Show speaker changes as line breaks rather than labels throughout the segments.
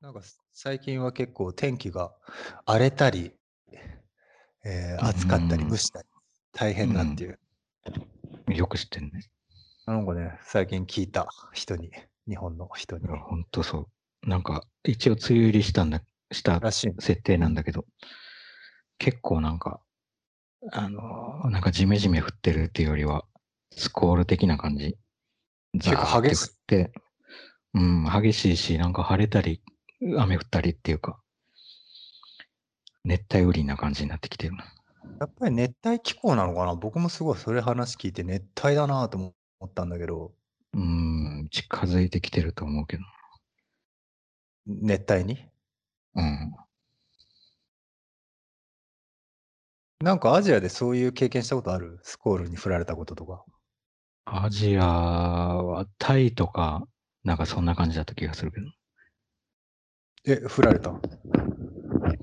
なんかす最近は結構天気が荒れたり、えー
う
暑かったり、
ん
蒸したり、大変だっていう。
よく知ってんね。
なんかね、最近聞いた人に、日本の人に
いや、ほんとそう。なんか、一応梅雨入りしたんだ、した
らしいんです。
設定なんだけど、結構なんか、あのーなんかジメジメ降ってるっていうよりは、スコール的な感じ。
結構激しい
ザーって降って、うん、激しいし、なんか晴れたり、雨降ったりっていうか、熱帯雨林な感じになってきてるな。
やっぱり熱帯気候なのかな僕もすごいそれ話聞いて熱帯だなと思ったんだけど、
うん、近づいてきてると思うけど。
熱帯に
うん。
なんかアジアでそういう経験したことあるスコールに振られたこととか。
アジアはタイとか、なんかそんな感じだった気がするけど。
え、振られた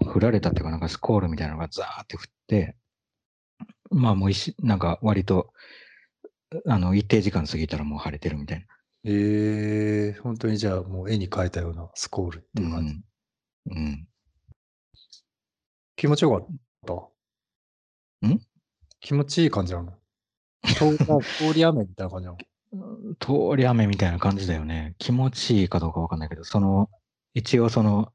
降られたっていうか、なんかスコールみたいなのがザーって降って、まあもう一し、なんか割と、あの、一定時間過ぎたらもう晴れてるみたい
えー、本当にじゃあもう絵に描いたようなスコールって
な。
いう感じ。
うん。
気持ちよかった。
ん気
気持ちいい感じなの。通通り 雨みたいな感じなの。
うん。通り雨みたいな感じだよね。気持ちいいかどうかわかんないけど、その、一応その、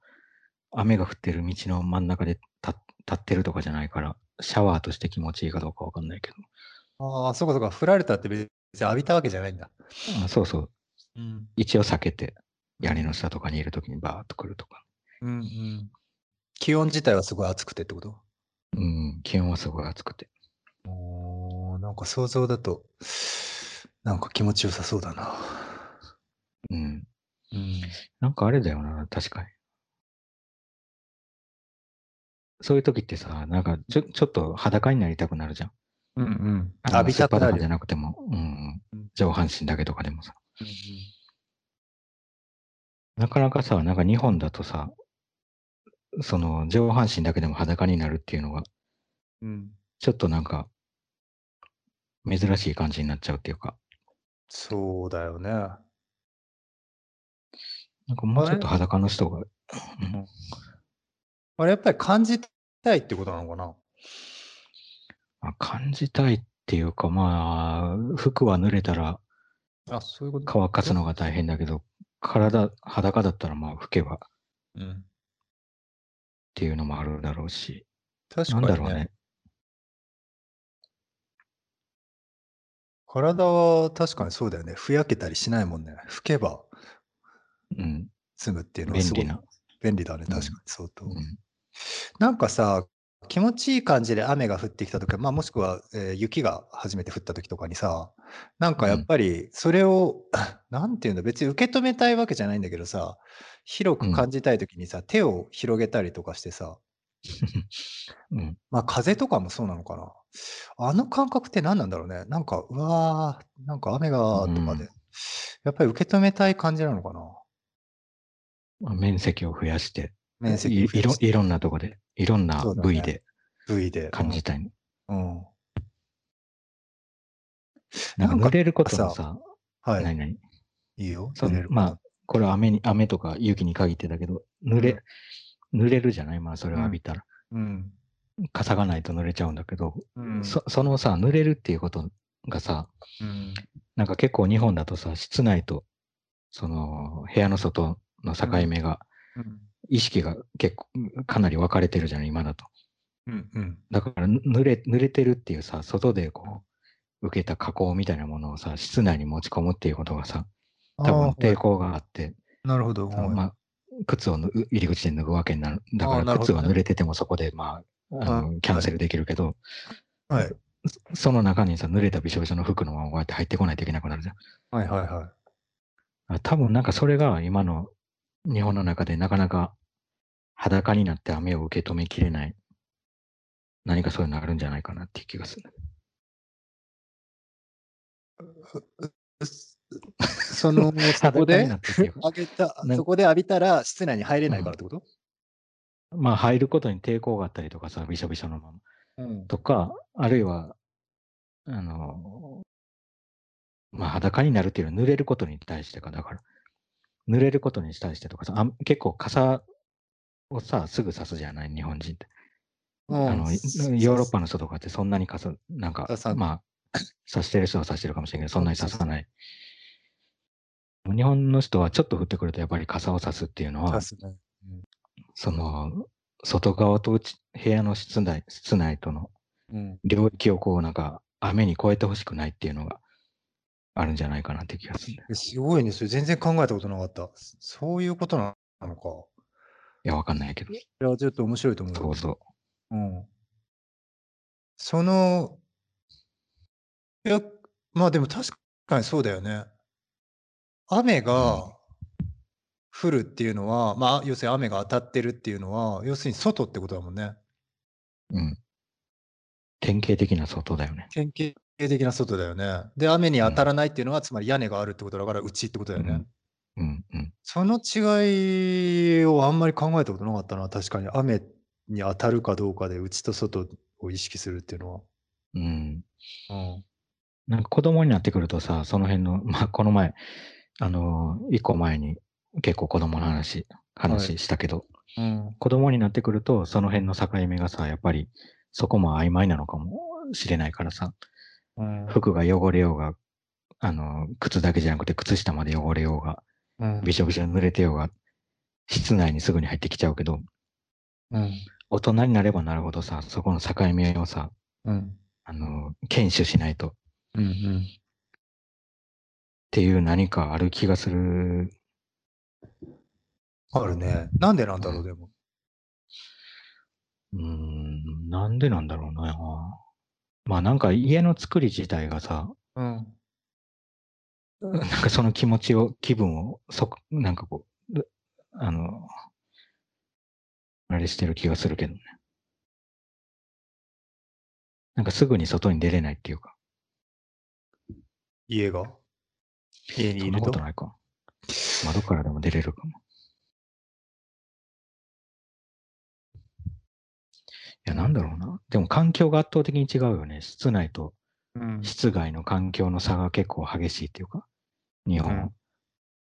雨が降ってる道の真ん中で立立ってるとかじゃないから、シャワーとして気持ちいいかどうかわかんないけど。
ああ、そうかそうか。振られたって別に浴びたわけじゃないんだ。
あそうそう。
うん。
一応避けて、屋根の下とかにいるときにバーっと来るとか。
うんうん。気温自体はすごい暑くてってこと
うん、気温はすごい暑くて。
おーなんか想像だと、なんか気持ちよさそうだな。
うん。
うん。
なんかあれだよな、確かに。そういう時ってさ、なんかちょちょっと裸になりたくなるじゃん。
うんうん。
あの
浴びたくな
素っ裸じ
る。
ゃなくても、うんうん
うん
上半身だけとかでもさ。なかなかさ、なんか日本だとさ、その上半身だけでも裸になるっていうのが、
うんうん。
ちょっとなんか、珍しい感じになっちゃうっていうか、
そうだよね。
なんかもうちょっと裸の人が、うん
あれやっぱり感じたいってことなのかな
まあ、感じたいっていうか、まあ、服は濡れたら
あ、そういうこと
乾かすのが大変だけど、体、裸だったらまあ、拭けばっ
うん。
ていうのもあるだろうし、
確かに、
なん
ね。
だろうね。
体は確かにそうだよね。ふやけたりしないもんね。拭けば
うん、
済むっていうのは
便
すご
利
い
な。
便利だね。
うん
確かに相当。
うん
なんかさ、気持ちいい感じで雨が降ってきたとき、まあ、もしくは、えー雪が初めて降ったときとかにさ、なんかやっぱりそれを、 なんていうんだ、別に受け止めたいわけじゃないんだけどさ、広く感じたいときにさ、手を広げたりとかしてさ、
うん、
まあ風とかもそうなのかな。あの感覚って何なんだろうね。なんか、うわー、なんか雨がーとかで、
うん
やっぱり受け止めたい感じなのかな。
まあ面積を増やして、
面積
い
を増
い
や
ろ
して
いろんなとこで、いろんな
そうだね
部位で
部位で。
感じたいの。
うん。うん
なん
な
か
んか
濡れることも
さ
さ、
は
ない
い。
ない。
いいよ。
そう
濡れる
まあ、これは雨に、雨とか雪に限ってだけど、濡れ、濡れるじゃないまあ、それを浴びたら。
うん。
かさがないと濡れちゃうんだけど、
うん
そそのさ、濡れるっていうことがさ、
うん
なんか結構日本だとさ、室内と、その、部屋の外の境目が、
うん
意識が結構、かなり分かれてるじゃん、今だと。
うんうん
だから、ぬ濡れ、濡れてるっていうさ、外でこう、受けた加工みたいなものをさ、室内に持ち込むっていうことがさ、多分
あー
抵抗があって、
なるほど。
そのま
はい
あ、靴をぬ入り口で脱ぐわけになる。だ
あ
か
ーな
ら、
るほ
靴
どね
は濡れててもそこで、まあ、あのキャンセルできるけど、
はい
その中にさ、濡れたびしょびしょの服のままこうやって入ってこないといけなくなるじゃん
はいはいはい。。
あ多分なんかそれが今の日本の中でなかなか裸になって雨を受け止めきれない、何かそういうのあるんじゃないかなっていう気がする。
その、そこ
裸に
で
なってっていうか
あげた、
なん
そこで浴びたら室内に入れないからってこと
まあ入ることに抵抗があったりとかさ、びしょびしょのまま。
うん。
とか、あるいは、あの、まあ裸になるっていうのは濡れることに対してか、だから。濡れることに対してとかさ、あ結構傘をさ、すぐ差すじゃない、日本人って。
うん
あのヨーロッパの人とかってそんなに傘、なんか
刺さ、ん
まあ、刺してる人は刺してるかもしれないけど、そんなに刺さない。日本の人はちょっと降ってくるとやっぱり傘を差すっていうのは
さ、すがに
その、外側と内部屋の室内、室内との
うん、
領域をこうなんか雨に超えてほしくないっていうのがあるんじゃないかなって気がするんだよ。
すごいね、それ全然考えたことなかった。そういうことなのか。
いや、わかんないけど。
いや、ちょっと面白いと思うよ。
そうそう。
うん。その、いや、まあでも確かにそうだよね。雨が降るっていうのは、まあ要するに雨が当たってるっていうのは、要するに外ってことだもんね。
うん。典型的な外だよね。
典型的な外だよね。で、雨に当たらないっていうのは、つまり屋根があるってことだから、うちってことだよね。
うんうん。
その違いをあんまり考えたことなかったな。確かに雨に当たるかどうかで、うちと外を意識するっていうのは。
うん。
うん。
なんか子供になってくるとさ、その辺の、 まあ、この前、あのー、一個前に結構子供の話、話したけど、
うん。
子供になってくると、その辺の境目がさ、やっぱりそこも曖昧なのかもしれないからさ、
うん
服が汚れようが、あのー、靴だけじゃなくて靴下まで汚れようが、
うん
びしょびしょに濡れてようが、室内にすぐに入ってきちゃうけど、
うん
大人になればなるほどさ、そこの境目をさ、
うん
あの、検視しないとっ
うん
ていう何かある気がする。
あるね。なんでなんだろう、でも。
うーん、なんでなんだろうな。まあなんか家の作り自体がさ、
うん。
なんかその気持ちを、気分を、そく、なんかこう、うあの、あれしてる気がするけどね。なんかすぐに外に出れないっていうか、
家が。家
そんなことないか。窓からでも出れるかも。いや、なんだろうな。でも環境が圧倒的に違うよね。室内と
うん。
室外の環境の差が結構激しいっていうか、日本は。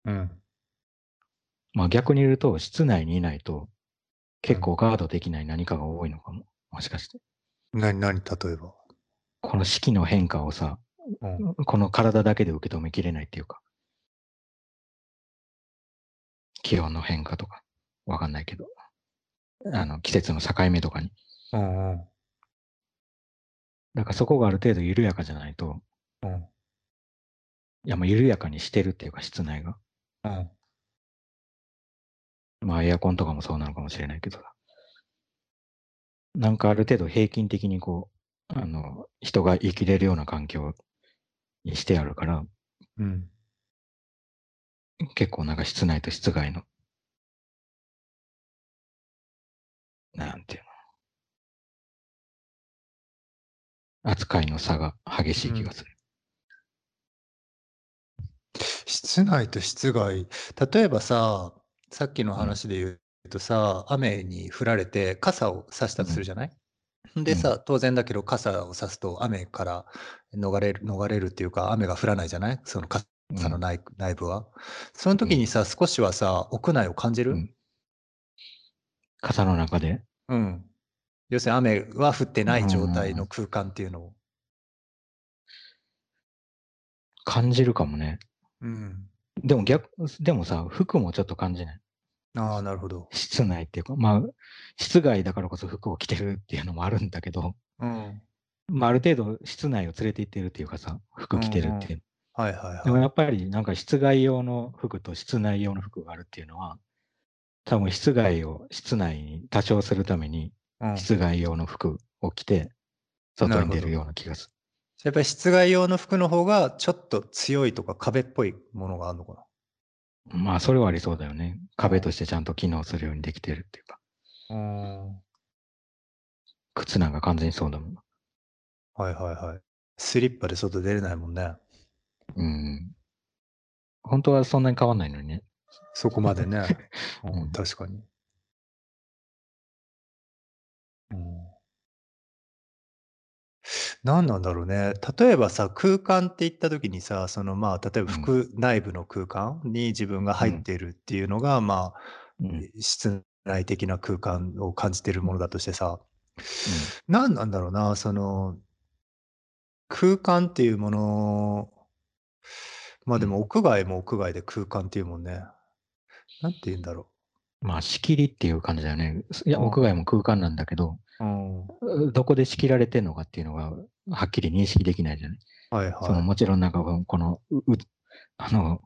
うんうん。
まあ逆に言うと、室内にいないと結構ガードできない何かが多いのかも。もしかして。
何、何、例えば。
この四季の変化をさ、
うん
この体だけで受け止めきれないっていうか、気温の変化とか、わかんないけど、あの、季節の境目とかに。
うんうん
だからそこがある程度緩やかじゃないと、
うん
いや、まあ緩やかにしてるっていうか、室内が。
うん
まあエアコンとかもそうなのかもしれないけどさ。なんかある程度平均的にこう、あの、人が生きれるような環境にしてあるから、
うん。
結構なんか室内と室外の、なんていうの。扱いの差が激しい気がする。
室内と室外。例えばさ、さっきの話で言うとさ、雨に降られて傘を差したとするじゃない、でさ、当然だけど傘を差すと雨から逃れる、逃れるっていうか雨が降らないじゃないその傘
う
の
ん
内,、内部は。その時にさ、少しはさ、屋内を感じる、
うん傘の中で。
うん。要するに雨は降ってない状態
うんうんう
の
ん
空間っていうのを。
感じるかもね。
うん。
でも逆、でもさ、服もちょっと感じない。
ああ、なるほど。
室内っていうか、まあ、室外だからこそ服を着てるっていうのもあるんだけど、
うん。
まあ、ある程度室内を連れて行ってるっていうかさ、服着てるっていう。
はいはいは
でも
い。
やっぱりなんか室外用の服と室内用の服があるっていうのは、多分室外を室内に多少するために、
うん、
室外用の服を着て、外に出るような気がす
やっぱり室外用の服の方がちょっと強いとか壁っぽいものがあるのかな。
る。まあ、それはありそうだよね。壁としてちゃんと機能するようにできてるっていうか、
うん。
靴なんか完全にそうだもん。
はいはいはい。スリッパで外出れないもんね。
うん。本当はそんなに変わんないのにね。
そこまでね。うん、
うん
確かに。うん何なんだろうね。例えばさ、空間って言った時にさ、そのまあ、例えば
うん
服内部の空間に自分が入っているっていうのが、まあ、
うん
室内的な空間を感じているものだとしてさ、何なんだろうな、その、空間っていうもの、まあでも屋外も屋外で空間っていうもんね。なんて言うんだろ
まあ、仕切りっていう感じだよね。いや、
うん
屋外も空間なんだけど、
う。うん。は
どこで仕切られてるのかっていうのが、はっきり認識できないじゃない。
い
その
は
もちろんなんか、この、ううあの、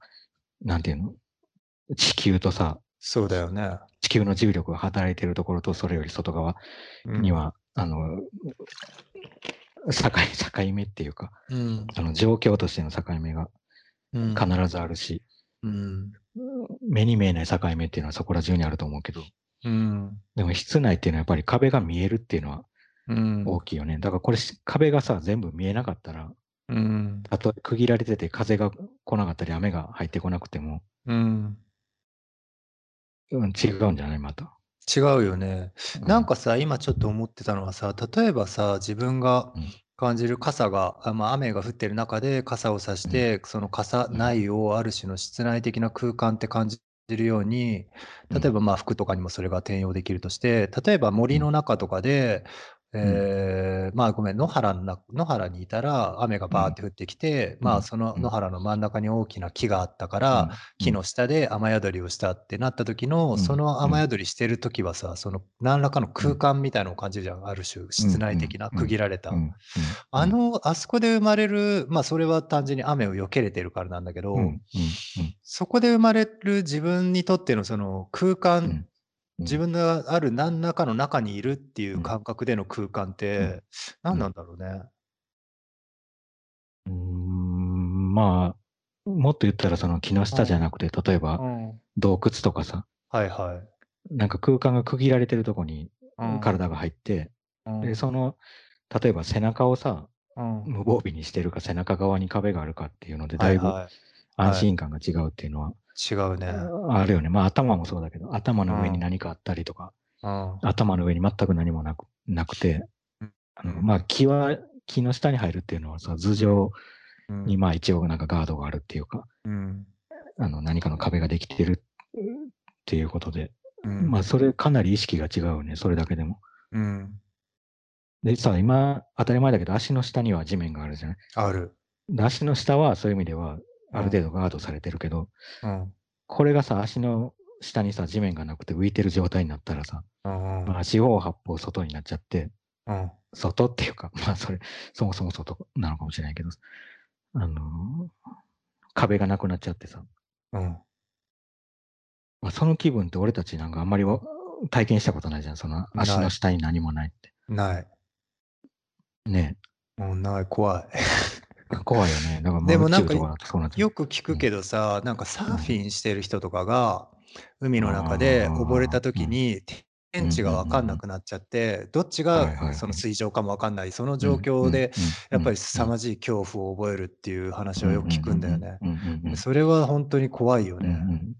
なんていうの地球とさ、
い。そうだよね。
地球の重力が働いてるところと、それより外側
うん
に、は、あの、境、境目っていうか、
うん。
あの状況としての境目が
うん
必ずあるし、
うん。
目に見えない境目っていうのはそこら中にあると思うけど、
うん。
でも室内っていうのはやっぱり壁が見えるっていうのは
うん
大きいよね。だからこれし壁がさ、全部見えなかったら、
うん。
たとえ区切られてて風が来なかったり雨が入ってこなくても、
うん。
うん、違うんじゃないまた。
違うよね。なんかさ、今ちょっと思ってたのはさ、例えばさ、自分が
うん
感じる傘が、あまあ、雨が降ってる中で傘を差して、その傘
うん
内をある種の室内的な空間って感じるように、
うん
例えばまあ服とかにもそれが転用できるとして、例えば森の中とかで、えーまあごめん、野原のな野原にいたら雨がバーって降ってきて、
うん
ま
う
あ
ん
その野原の真ん中に大きな木があったか
うん
ら、、
うん
木の下で雨宿りをしたってなった時の、
うん
その雨
うん
宿りしてる時はさその何らかの空間みたいのを感じるじゃん、ある種室内的な
うん
区切られた、
うんうん
あのあそこで生まれるまあそれは単純に雨を避けれてるからなんだけど、
うんうんうん
そこで生まれる自分にとってのその空間、
うん
自分がある何らかの中にいるっていう感覚での空間って、
うん
何なんだろうね。
うーんまあ、もっと言ったらその木の下じゃなくて、例えば
うん
洞窟とかさ、
はいはい。
なんか空間が区切られてるとこに
うん
体が入って、
うん
で、その、例えば背中をさ、
うん
無防備にしてるか背中側に壁があるかっていうので、
は
だ
い
いぶ
は
安心感が違うっていうのは、
い、違うね。
あるよね。まあ頭もそうだけど、頭の上
う
に
ん
何かあったりとか、
うん
頭の上に全く何もなくなくて、あのまあ木は、木の下に入るっていうのはさ、頭上
うん
にまあ一応なんかガードがあるっていうか、
うん
あの何かの壁ができてるっていうことで、
うん
まあそれかなり意識が違うよね、それだけでも。
うん、
でさ、今当たり前だけど足の下には地面があるじゃない。
ある。
で足の下はそういう意味ではある程度ガードされてるけど、
うん。
これがさ、足の下にさ、地面がなくて浮いてる状態になったらさ、
うん。
まあ、四方八方外になっちゃって、
うん。
外っていうか、 まあ、それ、そもそも外なのかもしれないけど、あのー壁がなくなっちゃってさ、
うん。
まあ、その気分って俺たちなんかあんまりわ体験したことないじゃん、その足の下に何もないって。
ない。
ね
もうない、 怖
え怖いよね。だから、
でもなんか
宇宙とだとそうなっちゃ
い。
う
よく聞くけどさ、なんかサーフィンしてる人とかが、海の中で溺れた時に、天地が分かんなくなっちゃって、どっち
はいはいは
が
い
その水上かも分かんない、その状況で、、やっぱり凄まじい恐怖を覚えるっていう話をよく聞くんだよね。
うんうんうんうんうんうん
それは本当に怖いよ
うんう
ね。
ん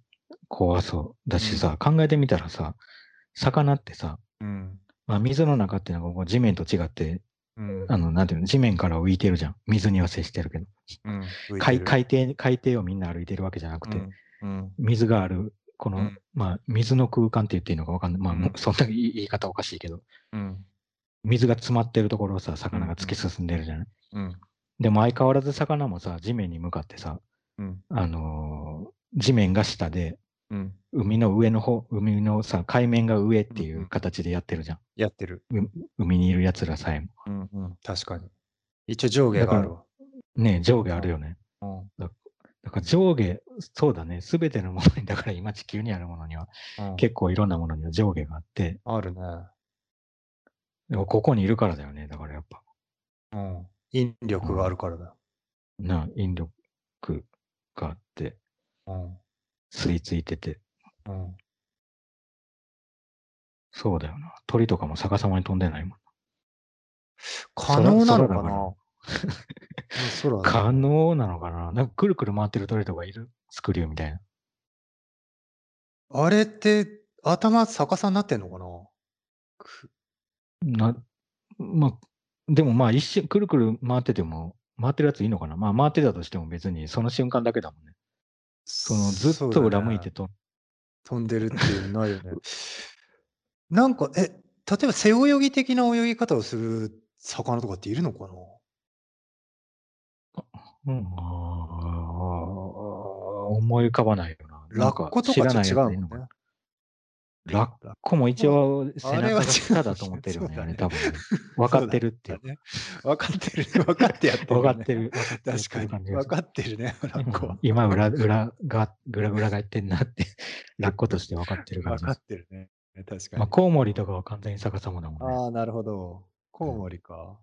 怖そう。だしさ、考えてみたらさ、魚ってさ、
うん。
まあ、水の中っていうのはこう地面と違って、
うん。
あの、なんていうの、地面から浮いてるじゃん。水には接してるけど。
うん。
海海底、海底をみんな歩いてるわけじゃなくて、
うん。
水がある、この、
うん
まあ、水の空間って言っていいのかわかんない。まあ、もう
うん
そんな言い言い方おかしいけど、
うん。
水が詰まってるところをさ、魚が突き進んでるじゃない。
うん。
でも相変わらず魚もさ、地面に向かってさ、
うん。
あのー地面が下で、
うん。
海の上の方、海のさ、海面が上ってい
んう
うん形でやってるじゃん。
やってる。
海にいる奴らさえも。
うんうん、確かに。一応上下があるわ。
ねえ上下あるよね。
うん
だから上下、そうだね、すべてのものに、だ から今地球にあるものには、
うん
結構いろんなものには上下があって、
あるね。
でもここにいるからだよね、だからやっぱ、
うん。引力があるからだ。
な、引力があって、
うん。
吸い付いてて、
うん。
そうだよな、鳥とかも逆さまに飛んでないもん。
可能なのか
空だから
な空だ
可能なのかななんかくるくる回ってる鳥とかいるスクリューみたいな。
あれって頭逆さになってんのかなく
な、まあ、でもまあ一瞬、くるくる回ってても、回ってるやついいのかなまあ回ってたとしても別に、その瞬間だけだもんね。そのずっと裏向いて
そうだね
と、
飛んでるっていうのないよね。 なんか、え、例えば背泳ぎ的な泳ぎ方をする魚とかっているのかな
うん、あー思い浮かばないよな。
ラッコとか
なん
と
知
違うも
らないやつい
んね
るのかな。ラッコも一応背
あれ
中
は
が
違う
下だと思ってるよ
そ
ね、
うだね
多分ね。分かってるっていう。
ね。分かってるね。分かってやってる、ね。
分かってる。
確かに。分かってるね、ラ ッコは。
今、裏、裏が、ぐらぐらが言ってんなって、ラッコとして分かってる感
分
じ
か
です。
ってるね。確か
まあ、
に。
コウモリとかは完全に逆さまだもんね。
ああ、なるほど。コウモリか。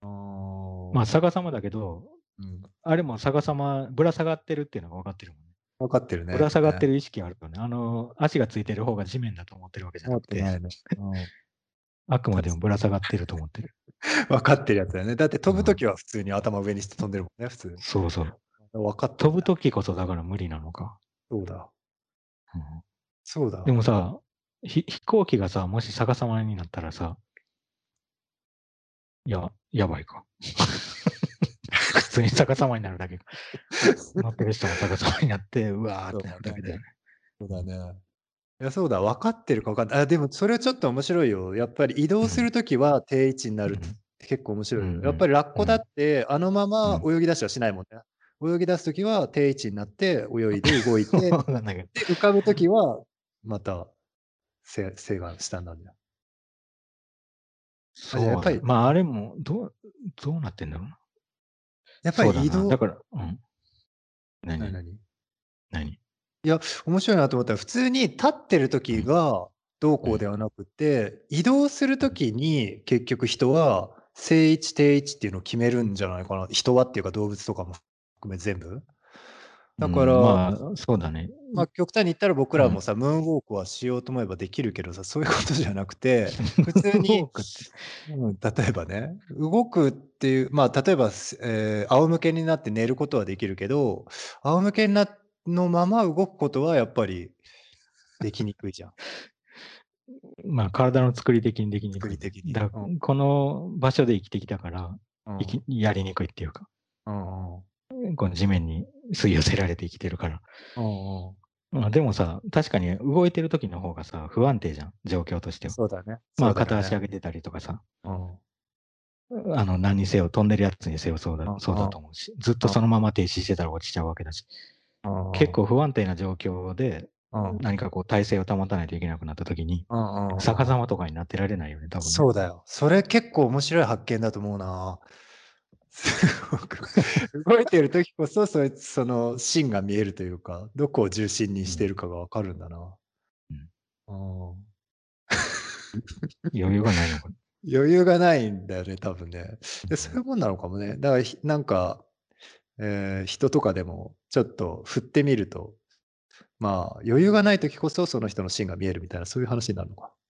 あー
まあ、逆さまだけど、
うん、
あれも逆さま、ぶら下がってるっていうのが分かってるもんね。
分かってるね。
ぶら下がって
る。
る意識あるよね。あの、足がついてる方が地面だと思ってるわけじゃ
思
な
っ
く
て
て、
ないね。うん
あくまでもぶら下がってると思ってる。
分かってるやつだよね。だって飛ぶときは普通に頭上にして飛んでるもんね、普通に。
そうそう。
分かってる
飛ぶときこそだから無理なのか。
そうだ。
うん
そうだ。
でもさ、ひ飛行機がさ、もし逆さまになったらさ、や、やばいか。 普通に逆さまになるだけか。乗ってる人も逆さまになって、うわーってなるだけだよね。
そうだね。いや、そうだ。分かってるか分かんない。あ、でもそれはちょっと面白いよ。やっぱり移動するときは定位置になるって結構面白いよ。
うん
やっぱりラッコだって、あのまま泳ぎ出しはしないもんね。泳ぎ出すときは定位置になって泳いで動 いて、で
わかんないけど
浮かぶときはまた背背が下になるんだよ。
そう
じゃあやっぱり
まあ、あれも、どう、どうなってんだろうな。
やっぱり移
そうだな
動。
だから、うん。
何
何何
何い
何
や、面白いなと思ったら、普通に立ってるときがどうこうではなくて、移動するときに結局人は正位置定位置っていうのを決めるんじゃないかな。人はっていうか動物とかも含め全部。だから、
う
ま
んま
あ、
あ、そうだね。
極端に言ったら僕らもさ、ムーンウォークはしようと思えばできるけどさ、そういうことじゃなくて、普通にうん例えばね、動くっていう、まあ、例えば、すえー仰向けになって寝ることはできるけど、仰向けになのまま動くことはやっぱりできにくいじゃん。
まあ、体の作り的にできに
作
く
り
い。
的に。
だ
うん
この場所で生きてきたから、
うん
生きやりにくいっていうか、
うんうん
この地面に吸い寄せられて生きてるから。
うんうん
まあ、でもさ、確かに動いてる時の方がさ、不安定じゃん、状況としては。
そうだね。そ
まあ、
うだよね
片足上げてたりとかさ、
うん
あの、何にせよ、飛んでるやつにせよそうだ
うん
そうだと思うし、ずっとそのまま停止してたら落ちちゃうわけだし、
うんうん
結構不安定な状況で、
うんうん
何かこう、体勢を保たないといけなくなった時に、
うんうん
逆さまとかになってられないよね、多分ね、
そうだよ。それ結構面白い発見だと思うな。すごく動いてる時こそそいつその芯が見えるというかどこを重心にしてるかが分かるんだな。うん
余裕がない のかな。
余裕がないんだよね多分ね。でそういうもんなのかもね。だからひなんか、えー人とかでもちょっと振ってみるとまあ余裕がない時こそその人の芯が見えるみたいなそういう話になるのか。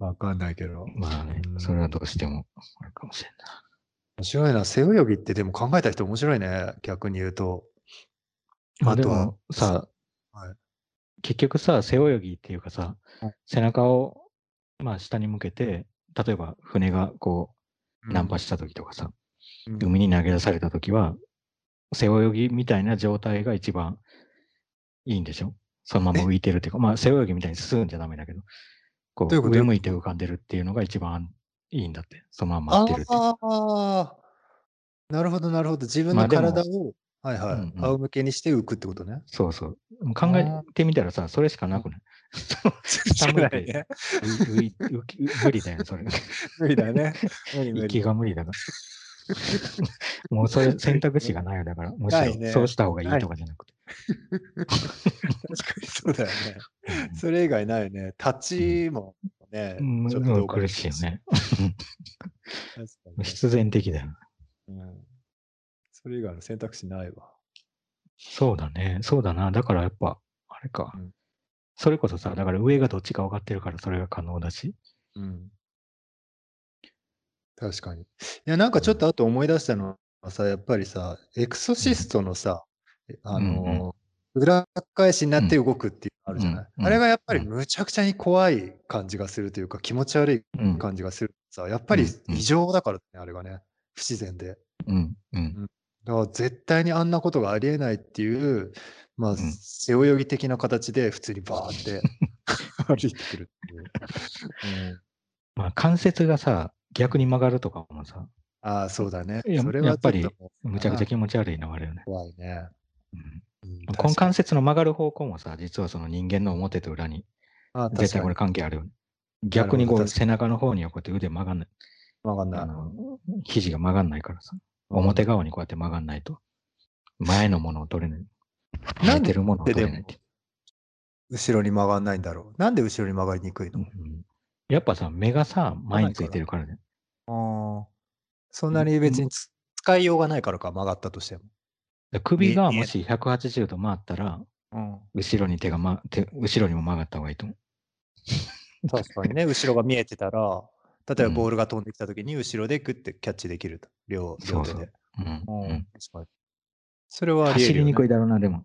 わかんないけど。
まあね
う、ん
それはどうしてもあるかもしれない。
面白いな。背泳ぎってでも考えた人面白いね。逆に言うと。
まあ
あ
で
とは
もさ、
はい
結局さ、背泳ぎっていうかさ
は、
背中を、まあ、下に向けて、例えば船がこう、難破した時とかさ、
うん
海に投げ出された時は、背泳ぎみたいな状態が一番いいんでしょそのまま浮いてるっていうか、まあ背泳ぎみたいに進んじゃダメだけど、こ
どういう
う
こと
上向いて浮かんでるっていうのが一番いいんだって、そのまま
あ
待ってるっていう。
あーなるほど、なるほど。自分の
まあでも
体を、はいはい、
うんうん
仰向けにして浮くって ことね。
そうそう。考えてみたらさ、それしかなくない 下向いて
ね。
うい浮き無理だよね、それ。
無理だね。 無理無
息
理。
が無理だから。 もうそれ選択肢がないよだから、む し
ないね
ろそうした方がいいとかじゃな くて。
確かにそうだよね。それ以外ないよね。立ちもね、
うん、
ち
う
ょっ
ん
と
うん
おか
苦しいよね。
確かにね
必然的だよ。
うんそれ以外の選択肢ないわ。
そうだね。そうだな。だからやっぱ、あれか
うん。
それこそさ、だから上がどっちか分かってるからそれが可能だし。
うん。確かに。いや、なんかちょっとあと思い出したのはさ、やっぱりさ、エクソシストのさ、あの、
うん
裏返しになって動くっていうのあるじゃない、
うんうん
あれがやっぱり
うん
むちゃくちゃに怖い感じがするというか、気持ち悪
う
い
ん。
感じがするさ、やっぱり
うん
異常だからね、あれがね、不自然で。
うん。うん。
だから絶対にあんなことがありえないっていう、まあ、
ん
背泳ぎ的な形で普通にバーって 歩いてくるっていう。うん
まあ、関節がさ、逆に曲がるとかもさ、
ああ、そうだね。
いや
それは
やっぱり
ちょと
むちゃくちゃ気持ち悪いのはあれよね。
怖いね。
う
う
ん
ん
この関節の曲がる方向もさ、実はその人間の表と裏に、
ああ
絶
確
対
か
これ
に
関係あるよね。逆にこ
なるほ
う
ど
背中の方にはこうやって腕曲がんない。
わかんない
あ。の肘が曲がんないからさ。表側にこうやって曲がんないと。前のものを取れない。
な
前
ん
て
で
るものを取れないって。
後ろに曲がんないんだろう。なんで後ろに曲がりにくいの、
うんやっぱさ、目がさ、前についてるからね。
ああそんなに別につ使いようがないからか、曲がったとしても。
で首がもし180度回ったら、
うん、
後ろに手が、ま、手後ろにも曲がった方がいいと思う。
確かにね、後ろが見えてたら、例えば
うん
ボールが飛んできたときに、後ろでグッてキャッチできると。両両手で。
そうそううん
うん
うん
確かにそれはありえ
走
るよ
り
ね、
にくいだろうな、でも。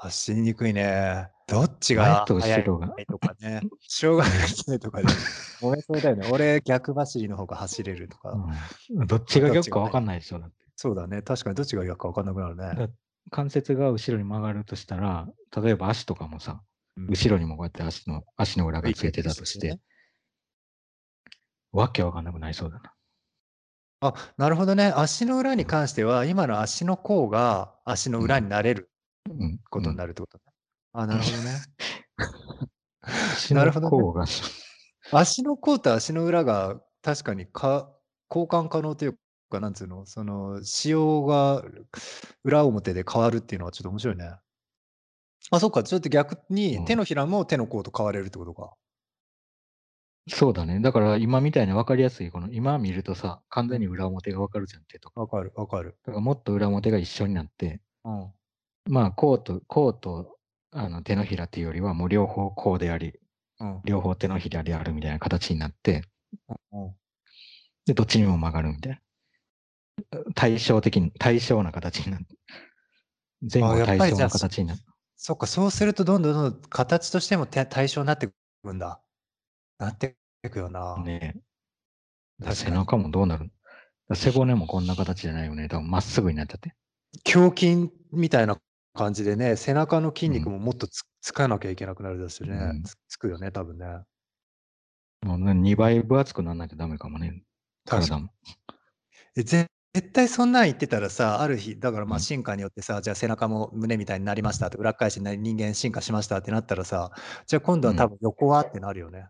走りにくいね。どっち
前
が
と
速
後
い
ろが。
とかね。小学生とか で。ごめんそうだよね。俺、逆走りの方が走れるとか。
うんどっちが逆か分かんないでしょ。だって
そうだね。確かにどっちが逆か分かんなくなるね。
だ関節が後ろに曲がるとしたら、例えば足とかもさ、
うん
後ろにもこうやって足の足の裏がついてたとして、わけわかんなくなりそうだな。
あ、なるほどね。足の裏に関しては、今の足の甲が足の裏になれる
うん、
ことに
る。
なるってことね。あ、なるほどね。
足
な
の
るほどね
甲が、
足の甲と足の裏が確かにか交換可能というか、なんつうの、その、仕様が裏表で変わるっていうのはちょっと面白いね。あ、そっか、ちょっと逆
う
に
ん
手のひらも手の甲と変われるってことか。
そうだね。だから今みたいに分かりやすい、この今見るとさ、完全に裏表が分かるじゃんってとか。
わかる、わかる。
だからもっと裏表が一緒になって、
うん。
まあ、甲と、甲とあの手のひらっていうよりは、もう両方甲であり、
うん。
両方手のひらであるみたいな形になって、
うん
で、どっちにも曲がるみたいな。対称的に、対称な形になる。前
あ
後
やっぱ
対
り
称
じゃあ
な形になる。
そっか、そうするとどんどんどんどん形としてもて対象になってくんだ。なっていくよな。
ねえだ
確
から
か
背
に
中もどうなるのだから背骨もこんな形じゃないよね。多分まっすぐになっちゃって。
胸筋みたいな感じでね、背中の筋肉ももっとつ,、かなきゃいけなくなるだしね、
うん
つつくよね、多分ね。
もう2倍分厚くならなきゃダメかもね。体も。
えぜ絶対そんなん言ってたらさ、ある日、だからま
う
あ
ん
進化によってさ、じゃあ背中も胸みたいになりましたって、裏返しになり人間進化しましたってなったらさ、じゃあ今度は多分横はってなるよね。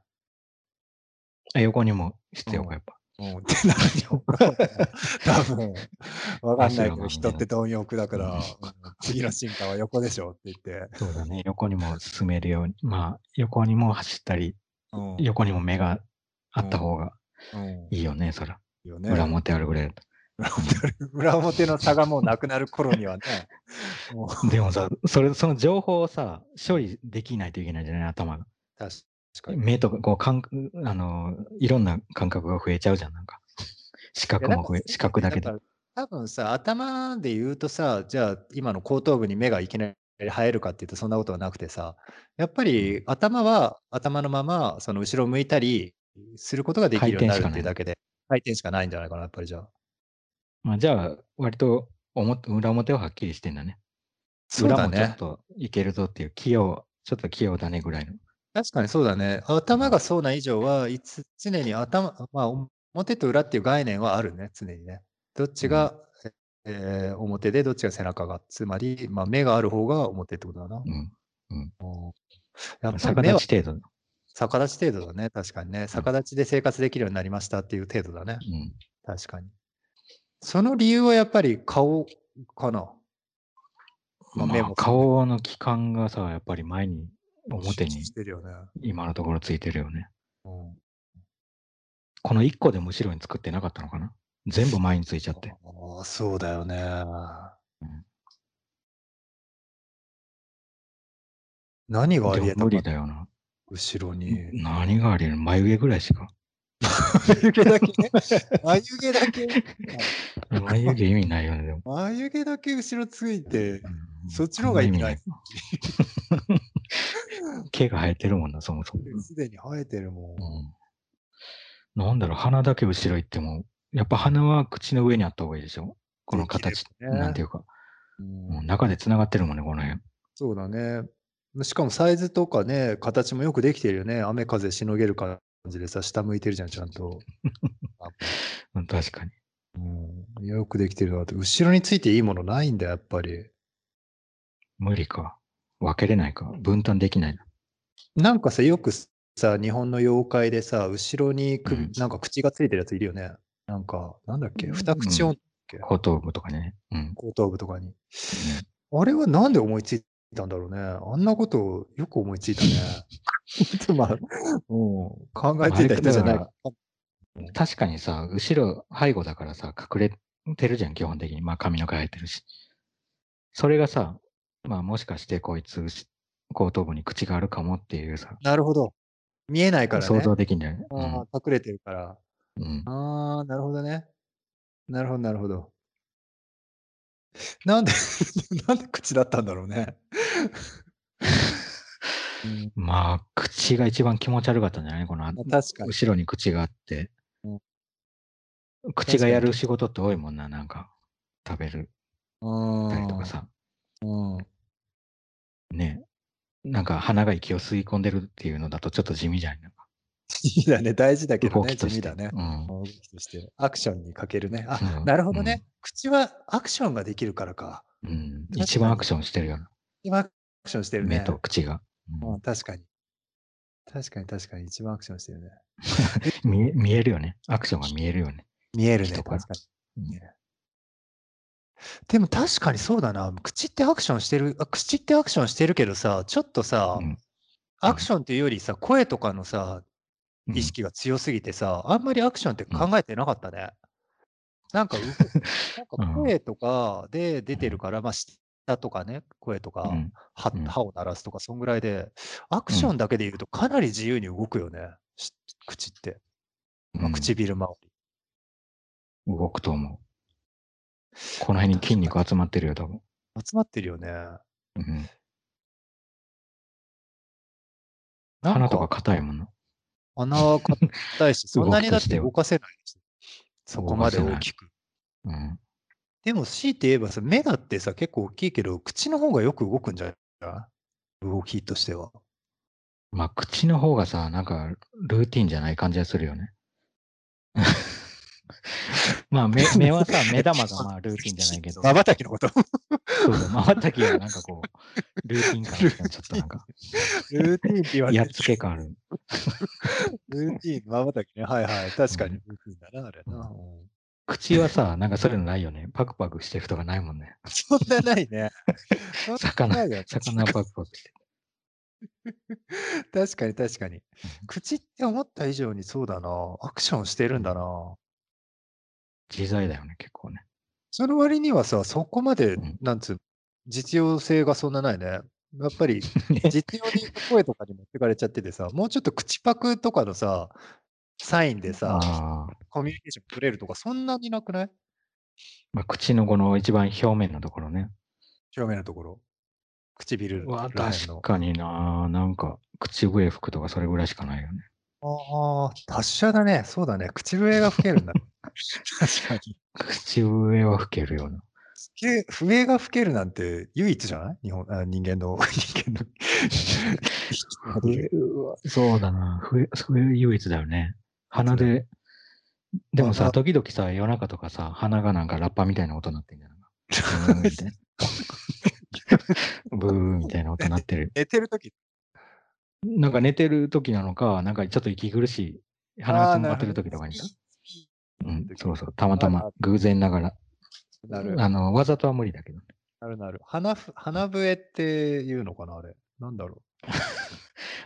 あ横にも必要か、やっぱ。
うん、ってなるよ。多分わかんないけ
足が
ど、
ね
人って貪欲だから、う
う
んん次の進化は横でしょって言って。
そうだね。横にも進めるように。まあ、横にも走ったり、
うん
横にも目があった方が
うん
いいよね、そら。
いいよね
裏表あるぐらいだと。
裏表裏表の差がもうなくなる頃にはね。もう
でもさ、それ、その情報をさ、処理できないといけないじゃない、頭が。
確かに。
目とか、こう、感覚、あの、いろんな感覚が増えちゃうじゃん、なんか。視覚も増え、視覚だけで。
やっぱ多分さ、頭で言うとさ、じゃあ今の後頭部に目がいきなり生えるかっていうとそんなことはなくてさ、やっぱり頭は頭のままその後ろ向いたりすることができるようになるっていうだけで、回転しかないんじゃないかな、やっぱりじゃあ。
まあ、じゃあ、割と、表裏表ははっきりしてんだね。
そうだ
裏もちょっ
ね。
といけるぞっていう、器用、ちょっと器用だねぐらいの。
確かにそうだね。頭がそうな以上はいつ常に頭、まあ、表と裏っていう概念はあるね、常にね。どっちが、えー表でどっちが背中が、つまり、まあ、目がある方が表ってことだな。
うん。
うんやっぱり
逆
目は
立ち程度の。
逆立ち程度だね、確かにね。逆立ちで生活できるようになりましたっていう程度だね、
うん。
確かに。その理由はやっぱり顔かな。まあ目
ま
も
あ
そう、
顔の器官がさ、やっぱり前に、表に
してるよね。
今のところついてるよね。
うん
この1個でも後ろに作ってなかったのかな全部前についちゃって。
ああ、そうだよね。
ん
何があ
で
りえ
も
た
無
か
理だよな。
後ろに。
何がありえる眉毛ぐらいしか。
眉毛だけ眉毛だけ
眉毛意味ないよね、でも。
眉毛だけ後ろついて
う、ん
そっちの方が意味ない。
毛が生えてるもんな、そもそも。
すでに生えてるもん。
うん、なんだろう、鼻だけ後ろ行っても、やっぱ鼻は口の上にあった方がいいでしょこの形、
できればね
なんていうか、
うん
もう中で繋がってるもんね、この辺。
そうだね。しかもサイズとかね、形もよくできてるよね。雨風しのげる感じでさ、下向いてるじゃん、ちゃんと。
うん、確かに。
うん、よくできてるなと。後ろについていいものないんだ、やっぱり。
無理か。分けれないか。分担できないな。
なんかさ、よくさ、日本の妖怪でさ、後ろに首、
うん
なんか口がついてるやついるよね。なんか、なんだっけ、
うん
二口音、
後頭部とかね。うん。
後頭部とかに。あれはなんで思いついたんだろうね。あんなことよく思いつ いたね。 まあ、うん、考えついた人じゃない。
あれ確かにさ、後ろ、背後だからさ、隠れてるじゃん、基本的に。まあ髪の毛生えてるし。それがさ、まあもしかしてこいつ、後頭部に口があるかもっていうさ、
なるほど。見えないから
想
ね。
像できんだよね。うん
あー隠れてるから。
うん、
ああ、なるほどね。なるほど、なるほど。なんで、 なんで口だったんだろうね。うん
まあ、口が一番気持ち悪かったんじゃないこ の、
まあ確かに。
後ろに口があって
う。
口がやる仕事って多いもんな、なんか、食べるたりとかさ。
うん。うん
ね。なんか鼻が息を吸い込んでるっていうのだとちょっと地味じゃないなんか
いいだね、大事だけど
動
ね、
き
地
とし
味
て。
だね。
うん
動きとしてアクションにかけるね。あ、
うん
なるほどね。口はアクションができるからか。
うん
かに
一番アクションしてるよな。
今アクションしてるね。
目と口が。
う
うん
ん、確かに。確かに確かに一番アクションしてるね。
見え見えるよね。アクションが見えるよね。
見えるね、
人
確
から
かに。ねでも確かにそうだな。口ってアクションしてる、あ口ってアクションしてるけどさ、ちょっとさ、
うん
アクションっていうよりさ、声とかのさ、
うん
意識が強すぎてさ、あんまりアクションって考えてなかったね。なん かう、なんか声とかで出てるから、まあ、舌とかね、声とか
う、ん
歯
うん
歯を鳴らすとか、そんぐらいで、アクションだけで言うとかなり自由に動くよね、し口って。まあ、唇周り。
うん動くと思う。この辺に筋肉集まってるよ、多分。
集まってるよね。
うん
なん
鼻とか硬いもんな。
穴硬 いし、そんなにだって動かせないし、そこまで
動かせ
大
ない
きく。
うん
でも強いて言えばさ、目だってさ、結構大きいけど、口の方がよく動くんじゃない動きとしては。
まあ、口の方がさ、なんか、ルーティンじゃない感じがするよね。 まあ、目目は さ、目玉が まあルーティンじゃないけ ど、
まばたきのこと。
そうそう、まばたきはなんかこ う、ルーティン感がちょっとなん か、
ルーティーンって言われ
や
て
っつけ感ある。
ルーティーン、まばたきね。はいはい。確かに
う
ルーティーンだな、あれな。うん
口はさ、なんかそういうのないよね。パクパクしてる人がないもんね。
そんなない ね。そんなないよね
魚パクパクして。
確かに確かに。口って思った以上にそうだな。アクションしてるんだな。
自在だよね、結構ね。
その割にはさ、そこまで
うん、
なんつう、実用性がそんなないね。やっぱ り、実用で言うと声とかに持ってかれちゃっててさ、もうちょっと口パクとかのさ、サインでさ、
あー
コミュニケーション取れるとか、そんなになくない
まあ、口のこの一番表面のところね。
表面のところ。唇
うわ
らへんの
確かにな、なんか、口笛吹くとかそれぐらいしかないよね。
ああ、達者だね。そうだね。口笛が吹ける んだ。確かに。
口笛は吹けるような。
笛笛が吹けるなんて唯一じゃない日本あ人間の、 人 間の。
笛 はそうだな。笛、笛唯一だよね。鼻で、でも
ま
さ、
あ
時々さ、夜中とかさ、鼻がなんかラッパみたいな音になってんじゃないブ ーンみたいな。ブーンみたいな音鳴ってる。
寝てるとき。
なんか寝てる時なのか、なんかちょっと息苦しい。鼻が
あ
つ
ー
ま
なるほど
ってる時とかにさ。うん、そうそう。た
あ
ま
ー
たま、偶然ながら。
なる
あの、わざとは無理だけど。
なるなる。花ふ、花笛っていうのかなあれ。なんだろ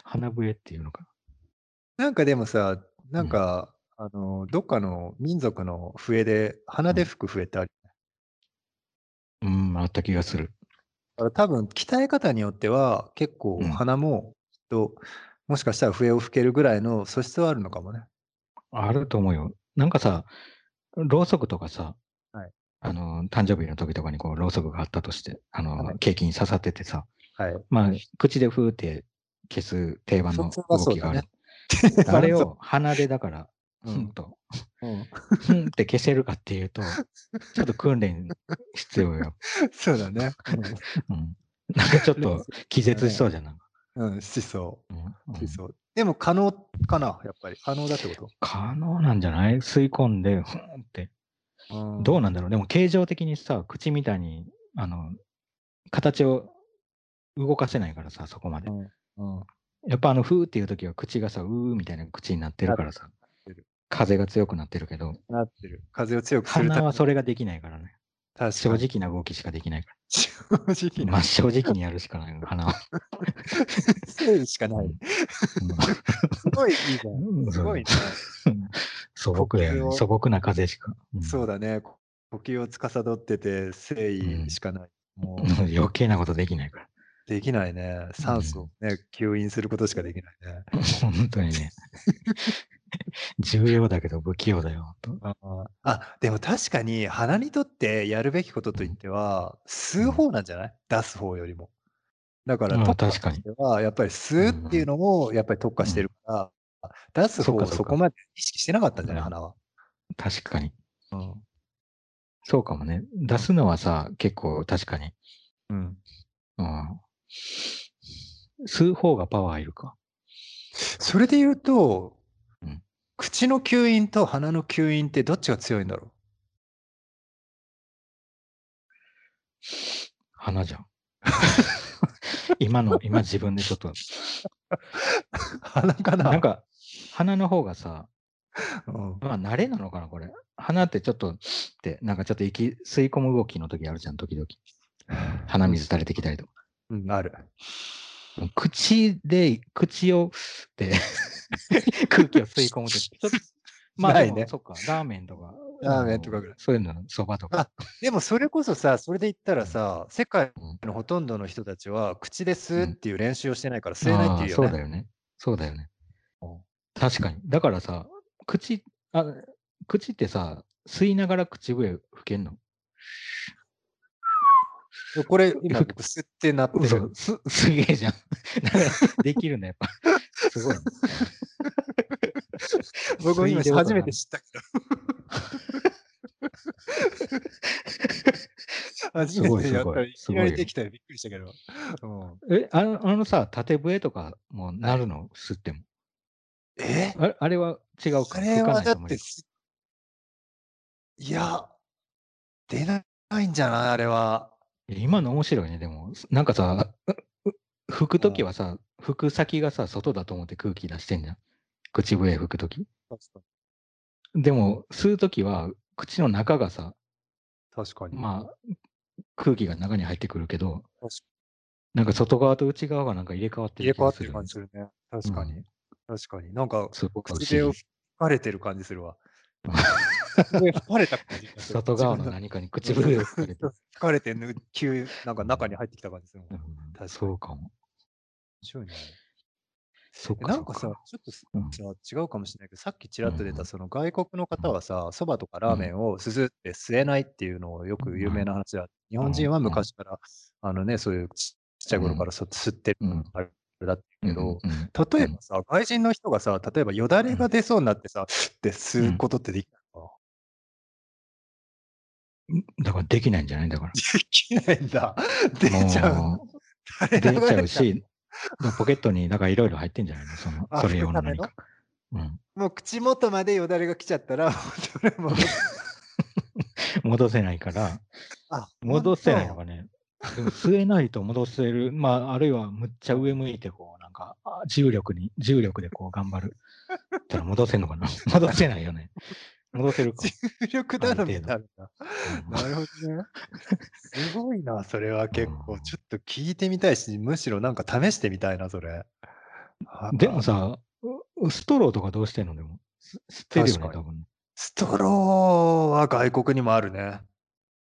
鼻笛っていうのか
う。なんかでもさ、なん
うん
か、あの、どっかの民族の笛で、鼻で吹く笛ってある。
な。うん、あった気がする。
だから多分、鍛え方によっては、結構
うん
鼻も、きっと、もしかしたら笛を吹けるぐらいの素質はあるのかもね。
あると思うよ。なんかさ、ろうそくとかさ、
はい
あの、誕生日の時とかにこう、ろうそくがあったとして、あ
は
の、
い
ケーキに刺さっててさ、
はい。
まあ、口でふーって消す定番の
普通はそ
動
う
きが
だね
あ る。あれを鼻でだから、
う
ふ
ん
んと、
うん
ふんって消せるかっていうと、ちょっと訓練必要よ。
そうだね。
うん。なんかちょっと気絶しそうじゃんない。
うん、うん、しそ
うんうん
う。し そう。でも可能かな、やっぱり。可能だってこ
可能なんじゃない吸い込んで、ふんって。
と。ん
どうなんだろうでも形状的にさ、口みたいに、あの、形を動かせないからさ、そこまで。
うん
やっぱあの、ふーっていう時は口がさ、うーみたいな口になってるからさ
てる、
風が強くなってるけど、
なってる。風を強くする
鼻はそ
れ、
れができないからね。
確
正
かに。
直な動きしかできないか
正直
ら。
な。
まあ正直にやるしかないの、鼻は。
誠意しか ない。すごいいいじゃ
うん
ん。すごいね。
素朴だ
呼吸
よ
を
ね。素朴な風しか。うん
そうだね。こ呼吸を司ってて、誠意しかない。もう
うん余計なことできないから。
できないね。酸素をね、吸引することしかできないね。
本当 にね。重要だけど不器用だよ。本
あーあ、でも確かに鼻にとってやるべきことといっては、吸う方なんじゃない出す方よりも。だから、
うん
特化
確かに
としては、やっぱり吸うっていうのも、やっぱり特化してるから、出す方
そっ
を
かそっか
そこまで意識してなかったんじゃない、
うん
鼻は。
当確かに。
うん。
そうかもね。出すのはさ、結構確かに。
うん。
うん。吸う方がパワーいるか。
それで言うと、
うん
口の吸引と鼻の吸引ってどっちが強いんだろ
花じゃん。 今の、今自分でちょっと。
う 鼻かな
なんか、花の方がさ、
うん、
まあ、慣れなのかな、これ。鼻ってちょっと、って、なんかちょっと息、吸い込む動きの時あるじゃん、時々。鼻水垂れてきたりとか。
うん、ある。
口で、口 を、って、空気を吸い込む時ちょっと、まあ
な
で
い
も、
ね
そっか、ラーメンとか。
ラーメンとかぐらい。
そういうの、そばとか。
でもそれこそさ、それで言ったらさ、世界
うん
のほとんどの人たちは口で吸うっていう練習をしてないから吸えないっ
あ
て
あ
いう
そ
よ
うだ
ね。
よね。そうだよね
うん。
確かに。だからさ、口、あ口ってさ、吸いながら口笛吹けんの
こ れ今
ふ
僕吸ってなってる。
す、 すげえじゃん。だから、できるんだ、やっ ぱ。す ごいね。
僕今
吸い出ようか
初
な
めて知ったけ ど。 初めてやったらいきなりできたよ。びっくりしたけど。うん
え、あのあのさ、縦笛とかもなるの、吸っても。
え
あれあれは違う
そ
か。
れ
吹かな
はいだ
人
っ
もい
て
る
す、いや、出ないんじゃないあれは。
今の面白いね、でも。なんかさ、うう吹くときはさ、吹く先がさ、外だと思って空気出してんじゃん。口笛吹くとき。でも、吸うときは、口の中がさ、
確かに。
まあ、空気が中に入ってくるけど
確か、
なんか外側と内側がなんか入れ替わって
入れ
る気
替わ
が
っ
す
て
る
る
よ
感
ね。
じするね。確かに。
うん
確かに。なんか、
すごく不思
口でを
議
吹。かれてる感じするわ。
うん
口笛吹かれた感じがする。
外側の
自分
何かに口笛を 吹かれて
の。吹かれてる、急、なんか中に入ってきた感じするもん。
う
面
ん
かに
そうかも。
白いね。
そうか。
なんか
そ
さ
う、
ちょっとす
うん
じゃあ違うかもしれないけど、さっきちらっと出
うんう
た
ん
その外国の方はさ、そばとかラーメンをすすって吸えないっていうのをよく有名な話だ。日本人は昔から、あのね、そういうちちっちゃい頃からそ吸ってる
うん
あれだったけど、
うんうん
例えばさ、外人の人がさ、例えばよだれが出そうになってさ、って吸うことってできないのか
うんだからできないんじゃない だから。
できないんだ。出ちゃうの。
も
垂れ
う出
流
ちゃ
れ
う
ちゃう。
し、ポケットになんかいろいろ入ってんじゃないのその
あ
それ用の
袋
何
の
か。うん、
もう口元までよだれが来ちゃったら、もうそれも。
戻せないから、
あ
戻せないのかね。でも吸えないと戻せる、 まあ、あるいはむっちゃ上向いて、こう、なんか、あ重力に、重力でこう頑張る。たら戻せんの かな戻せないよね。戻せるか。
重力頼みにな
あ
るんだ。
うん
なるほどね。すごいな、それは結
う
構。
ん
ちょっと聞いてみたいし、むしろなんか試してみたいな、それ。あ
でも、さ、うストローとかどうしてんのでも。す吸ってるよね、
確か
多分。
ストローは外国にもあるね。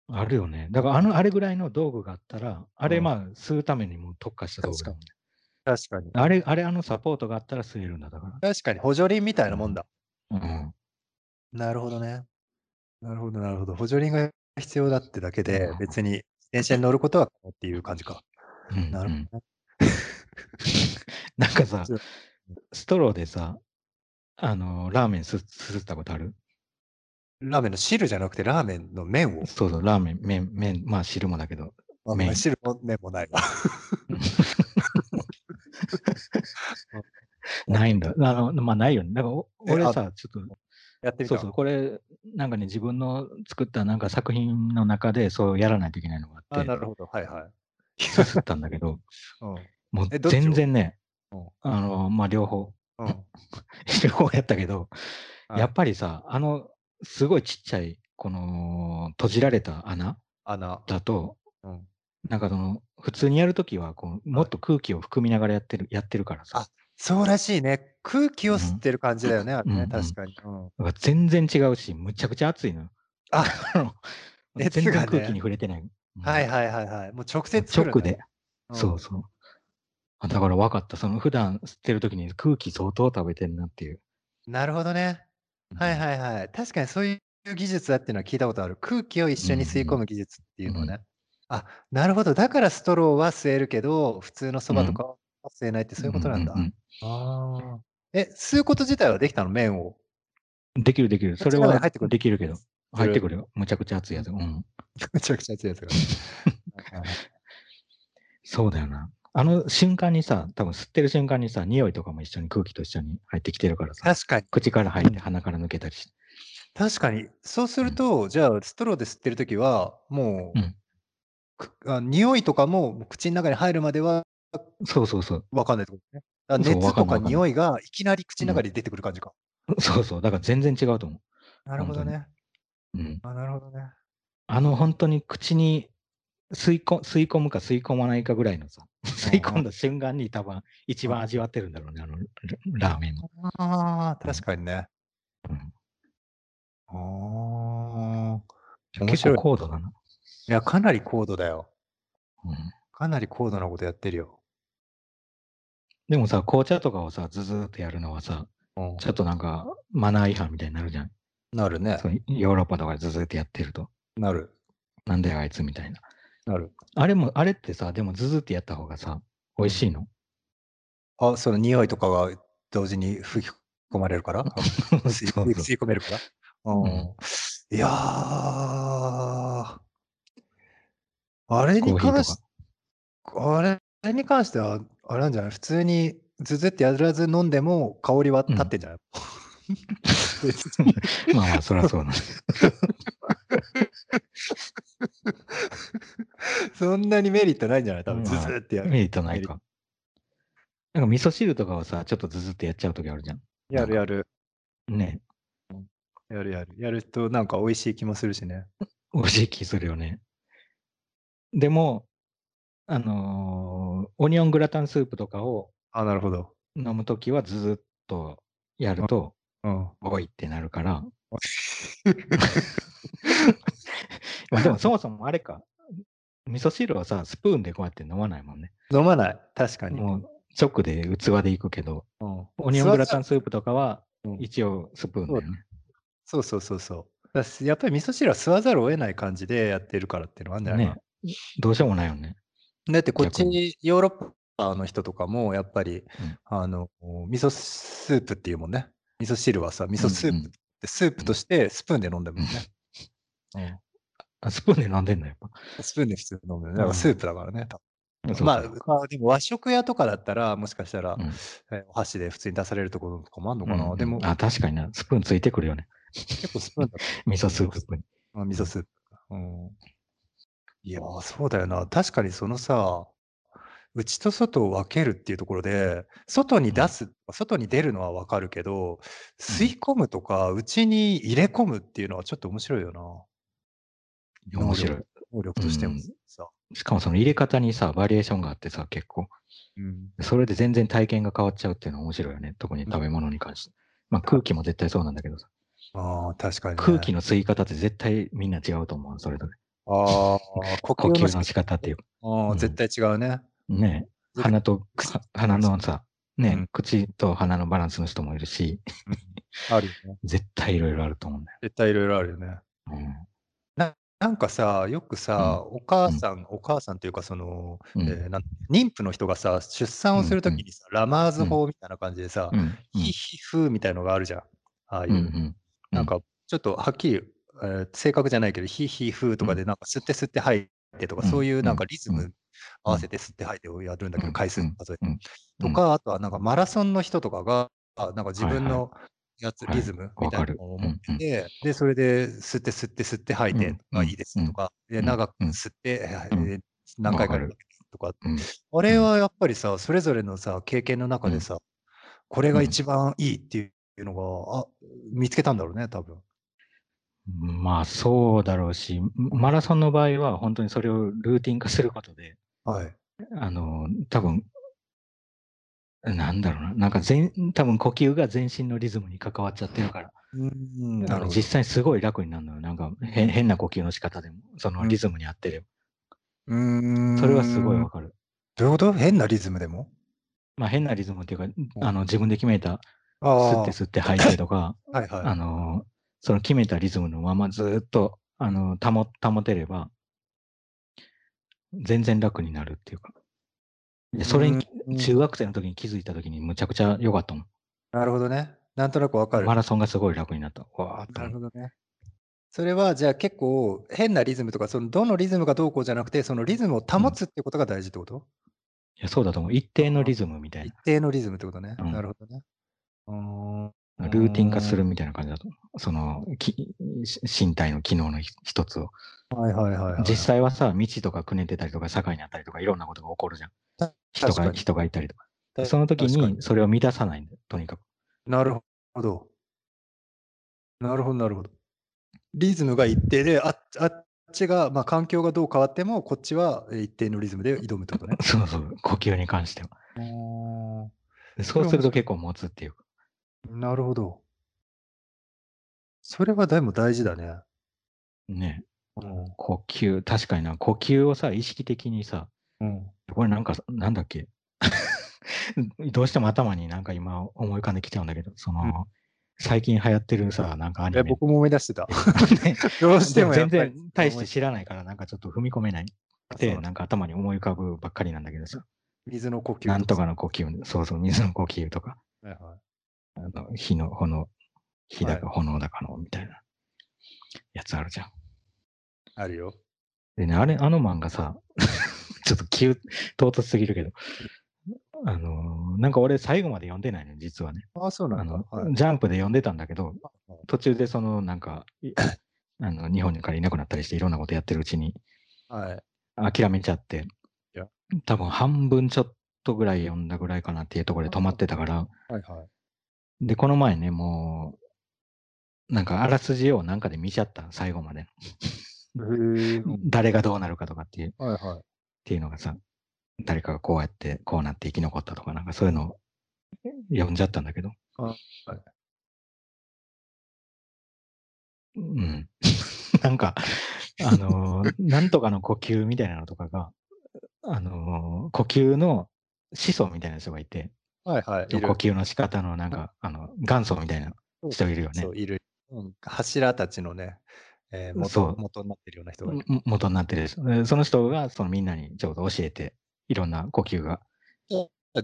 あるよね。だから、あの、あれぐらいの道具があったら、あ
う
れ、
ん
まあ、吸うためにもう特化した道具だもんね。
確かに。
あれ、あれ、あのサポートがあったら吸えるんだ、だか
確かに、補助輪みたいなもんだ。
ら。うん。
なるほどね。なるほど、なるほど。補助輪が必要だってだけで
うん、
別に電車に乗ることは可能っていう感じか。
うん
なる
うん
ほどね。
なんかさ
そう、
ストローでさ、あの、ラーメンすすすったことある
ラーメンの汁じゃなくて、ラーメンの麺を。
そうそう、ラーメン、麺、麺、まあ汁もだけど、
まあ
麺
汁も麺もないわ。
ないんだ。あの、まあないよね。だからお、
え
俺
あ
さ、ちょっ
やって
と、
み
そ
た
うそう、これ、なんかね、自分の作ったなんか作品の中で、そうやらないといけないのがあ
あ、
って
な、るほど。はいはい。
すすったんだけど、
う
もう
えどっちを
全然ね
うん、
あの、まあ両方、
ん。 うん。
両方やったけど、
はい
やっぱりさ、あの、すごいちっちゃい、この、閉じられた穴
穴。
だと、
うん。
なんかその、普通にやるときはこう、もっと空気を含みながらやってる、やってるからさ、
そうらしいね。空気を吸ってる感じだよね。あれ
うんう
ね
ん
確かに。うん
だから全然違うし、むちゃくちゃ熱いのよ。
あ
の
熱
全然
がね
空気に触れてない。うん
はいはいはいはい。もう直接来るんだ
直で。。
ん
そうそう。あだから分かった。その普段吸ってる時に空気相当食べてんなっていう。
なるほどね。はいはいはい。確かにそういう技術だっていうのは聞いたことある。空気を一緒に吸い込む技術っていうのはね。あ、なるほど。だからストローは吸えるけど、普通のそばとかは吸えないってそういうことなんだ。
うう
ああ。え、吸うこと自体はできたの麺を。
うんできるできる。それ
力が
は
入ってくる
できるけど。
する
入ってくるよ。むちゃくちゃ熱いやつ。うん。
めちゃくちゃ熱いやつ が。はいはい
そうだよな。あの瞬間にさ、多分吸ってる瞬間にさ、匂いとかも一緒に空気と一緒に入ってきてるからさ、
確かに。
口から入って鼻から抜けたりして。
確かに。そうすると、じゃあ、ストローで吸ってるときは、もう、
うん
くあ匂いとかも口の中に入るまでは
そうそうそう。
分かんないってことね。だから
そう
熱
わか
と
んな
か
いわかんない
匂いがいきなり口の中に出てくる感じか。
そうそう。だから全然違うと思
なるほど
本当に
ね。
う。うん。
あ、なるほどね。
あの本当に口に吸いこ吸い込むか吸い込まないかぐらいのさ、吸い込んだ瞬間に多分一番味わってるんだろうね、あのララーメンの。
ああ、確かにね。
うん
ああ。面
結
白
構
い。
高度だな。
いや、かなり高度だよ。
うん
かなり高度なことやってるよ。
でもさ、紅茶とかをさ、ずずーっとやるのはさ、
うん
ちょっとなんかマナー違反みたいになるじゃん。
なるね
そ。うヨーロッパとかでずずーっとやってると。
なる。
なんだよ、あいつみたいな。
なる。
あれも、あれってさ、でもずずーっとやった方がさ、美味しいの
あ、その匂いとかが同時に吹き込まれるから
そう
吸い
そう
吸い込めるからうん
うん
いやー、あれ
コ
に
ーヒー
関
と
し
か。
あれあれに関しては、あれなんじゃない普通にずずってやらず飲んでも香りは立ってんじゃない、
まあまあ、そりゃそう な。
そんなにメリットないんじゃない多分
ま
ず
あ
ずってやる。
メリットないか。なんか味噌汁とかはさ、ちょっとずずっとやっちゃうときあるじゃん。
やるやる。
ね
やるやる。やるとなんか美味しい気もするしね。
美味しい気するよね。でも、あのーオニオングラタンスープとかを
あ、なるほど。
飲むときはずずっとやると、
うん。
おいってなるから。まあでもそもそもあれか。味噌汁はさ、スプーンでこうやって飲まないもんね。
飲まない。確かに。
もう直で器でいくけど、
うん
オニオングラタンスープとかは
うん
一応スプーンだよね。
そうそうそうそう。だしやっぱり味噌汁は吸わざるを得ない感じでやってるからっていうのはあるんじゃないか
ね
な、
どうしようもないよね。
だってこっ
逆
ちヨーロッパの人とかもやっぱり、あの味噌スープっていうもんね。味噌汁はさ、味噌スープ
うんうん
ってスープとしてスプーンで飲んでるもん ね。
あスプーンで飲んでんのやっぱ。
スプーンで普通に飲むよね。だか
う
ら
ん
スープだからね。多分
そう
まあ
そう、
まあでも和食屋とかだったら、もしかしたら、
うん
えーお箸で普通に出されるところとかもあるのかな。
うんうん
でも、
あ、確かにな。スプーンついてくるよね。
結構スプーンだった
味噌スープに。
あ味噌スープか。うん。いやー、そうだよな。確かにそのさ、内と外を分けるっていうところで、外に出す、外に出るのは分かるけど、吸い込むとか、内に入れ込むっていうのはちょっと面白いよな。
面白い。
能力としても
うん
さ。
しかもその入れ方にさ、バリエーションがあってさ、結構。
うん。
それで全然体験が変わっちゃうっていうのは面白いよね。特に食べ物に関して。まあ空気も絶対そうなんだけどさ。
ああ、確かに、ね。
空気の吸い方って絶対みんな違うと思う。それぞれ。
ああ、呼
呼
吸
吸
の
の
仕
仕方っていう。
方。あ
う
あ、
ん
絶対違うね。
ねえ
絶対
鼻と、
口
は鼻のさ、ねえ
うん
口と鼻のバランスの人もいるし、
あるよね。
絶対いろいろあると思うんだよ。
絶対いろいろあるよね。
うん
なんかさ、よくさ、お母さん、お母さんというか、その、
うん
えーなん妊婦の人がさ、出産をするときにさ、ラマーズ法みたいな感じでさ、
うん
ひひふみたいのがあるじゃん。ああいうう、
んうん
なんかちょっとはっきり、えー正確じゃないけど、ひひふとかで、なんか吸って吸って吐いてとか、
うん
そういうなんかリズ
う
ム合わせて吸って吐いてをやるんだけ
う
ど、
ん
回数数えて
うん
とか、あとはなんかマラソンの人とかが、あなんか自分のやつ、
はい
リズムみたいなのを持っ
わかるうんう
て
ん
て、で、それで吸って吸って吸って吐いてがいいですとか、で、
ん
長く
うん
吸って、え
うん
ー何回か
わか
やる
る
とか
うん
あれはやっぱりさ、それぞれのさ、経験の中でさ、これが一番いいっていうのが、あ、見つけたんだろうね、多分。
まあそうだろうし、マラソンの場合は本当にそれをルーティン化することで、
はい。
あの、多分なんだろうな、なんか全、多分呼吸が全身のリズムに関わっちゃってるから、
うん、
あの実際すごい楽になるのよ。なんか変変な呼吸の仕方でも、そのリズムに合ってれば。
うん。
それはすごいわかる。
どういうこと変なリズムでも
まあ変なリズムっていうか、あの自分で決めた、
あ
吸って吸って吐いてとか、
あ。はいは
あ
い。
の、その決めたリズムのままずーっと、あの、保、保てれば、全然楽になるっていうか。で、それに、
うん
中学生の時に気づいた時にむちゃくちゃ良かったもん。
なるほどね。なんとなくわかる。
マラソンがすごい楽になった。わーっと
なる
思
ほ
う。
どね。それはじゃあ結構変なリズムとか、そのどのリズムがどうこうじゃなくて、そのリズムを保つってことが大事ってこと、
いや、そうだと思う。一定のリズムみたい
一定のリズムってことね。
うん
なるほどね。うー
な。
ん
ルーティン化するみたいな感じだと思う。その、きし身体の機能のひ一つを。
はいはいはい、はい。
実際はさ、道とかくねてたりとか、境にあったりとか、いろんなことが起こるじゃん。人
確か
が、
に
人がいたりとか。
た
その時
確かに
にそれを乱さないんだよ、とにかく。
なるほど。なるほど、なるほど。リズムが一定で、あっあっちが、まあ、環境がどう変わっても、こっちはえー一定のリズムで挑むってこと ね。
そうそう、呼吸に関しては。でそうすると結構持つっていうか。
なるほど。それはでも大事だね。
ね、
うん
呼吸、確かにな、呼吸をさ、意識的にさ、
うん、
これなんか、なんだっけ。 どうしても頭になんか今思い浮かんできちゃうんだけど、その、
うん
最近流行ってるさ、なんかアニ
え
メ。
僕も思い出してた。
ね
どうしても
で
やっ
も全
ぱり
然大して知らないから、なんかちょっと踏み込めないく
そう
て、
なんだ
なんか頭に思い浮かぶばっかりなんだけどさ、
水の呼吸
なんとかの呼吸、そうそう、水の呼吸とか、
はいはい
あの火の、炎、火だか炎だかの、みたいなやつあるじゃん。
あるよ。
でね、あれ、あの漫画さ、 ちょっと急、唐突すぎるけど、あのーなんか俺最後まで読んでないの、実はね。
あそうな
あ
んだ。
の、
はい
ジャンプで読んでたんだけど
はい、
途中でその、なんか、い あの、日本からいなくなったりして、いろんなことやってるうちに
はい、
諦めちゃって
や、
多分半分ちょっとぐらい読んだぐらいかなっていうところで止まってたから、
はいはい。
で、この前ね、もう、なんかあらすじをなんかで見ちゃった、最後まで。
へえ
誰がどうなるかとかっていう。
はいはい。
っていうのがさ、誰かがこうやって、こうなって生き残ったとか、なんかそういうのを読んじゃったんだけど。
あはい
うん。 なんか、あのーなんとかの呼吸みたいなのとかが、あのー呼吸の始祖みたいな人がいて、
はいはい。
呼吸の仕方のなんか、あの、元祖みたいな人いるよね
そ。う、いる。うん、柱たちのね、えー
そ
元
う
元になってるような人がいる。
も元になってる人でその人が、そのみんなにちょうど教えて、いろんな呼吸が、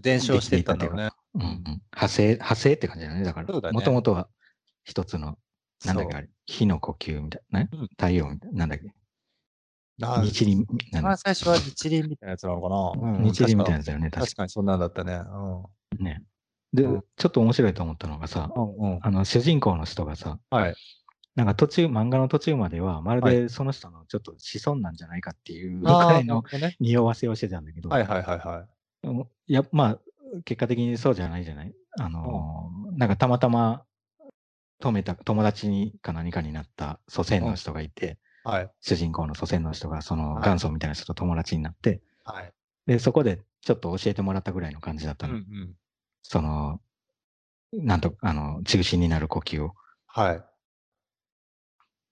伝承していったんだろうね。
うんうん、派生、派生って感じだね。だか
そうだ
ら、
ね
もともとは一つのなんだっけ
そう
あれ、火の呼吸みたいな、ね
うん
太陽みたいな、なんだっけ
あ
日輪、
一
なんだ
番
っ
最初は日輪みたいなやつなのか
け
な、
日輪みた
な。
いなやつだよね、確
確
か
かにそんなんだったね。うん。
にね。で、
うん
ちょっと面白いと思ったのがさ、
うんうん、
あの、主人公の人がさ、
はい。
なんか途中、漫画の途中までは、まる
は
でその人のちょっと子孫なんじゃないかっていうぐらいの
あーなるほどね
匂わせをしてたんだけど、
はいはいはいはい
や、まあ、結果的にそうじゃないじゃないあのーなんかたまたま、止めた、友達にか何かになった祖先の人がいて、
い。はい。
主人公の祖先の人がその
はい
元祖みたいな人と友達になって、
はい。
で、そこでちょっと教えてもらったぐらいの感じだった
うん
の。
うん。
その、なんと、あの、中心になる呼吸を。
はい。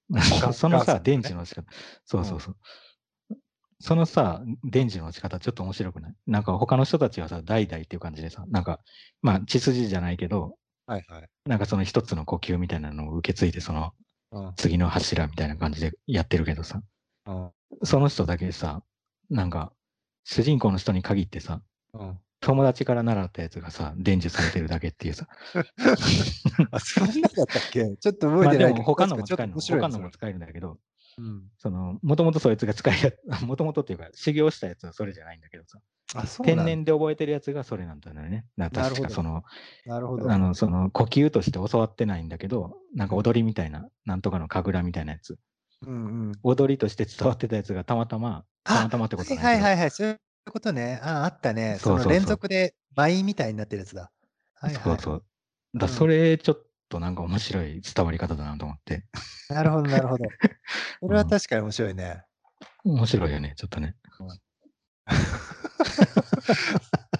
なんか そのさ、
元祖のね
電池の仕方。そうそうそう。そのさ、電池の仕方ちょっと面白くないなんか他の人たちはさ、代々っていう感じでさ、なんか、まあ、血筋じゃないけど、
はいはい。
なんかその一つの呼吸みたいなのを受け継いで、その
うん、
次の柱みたいな感じでやってるけどさ、
うん
その人だけさ、なんか、主人公の人に限ってさ、
うん、
友達から習ったやつがさ、伝授されてるだけっていうさ。
あそんなだったっけ ちょっと 覚
ま
え
あ
て
で
ないけど、
も他のも
確かにちょ
使
っ
え
と
る
面白いね
の、他の
そ
も
れ
使えるんだけど、
うん
その、もともとそいつが 使えや、もともとっていうか、修行したやつはそれじゃないんだけどさ、
あ、そう
天
なん
然で覚えてるやつがそれなんだよね。だから確
な
か
る
そ
ほ
の、
だ。なるほど。
あの、その、呼吸として教わってないんだけど、なんか踊りみたいな、なんとかの神楽みたいなやつ。
うんうん。
踊りとして伝わってたやつがたまたま、
あ
たまたまってことは
は
ない
い
けど
はいはい、そういうことね。ああったね。
そう
そ
そうそう
の連続で倍みたいになってるやつだ。はいはい。
そうそう。だ
うん
それ、ちょっとなんか面白い伝わり方だなと思って。
なるほど、な るほど。それは確かに面白いね。
面白いよね、ちょっとね。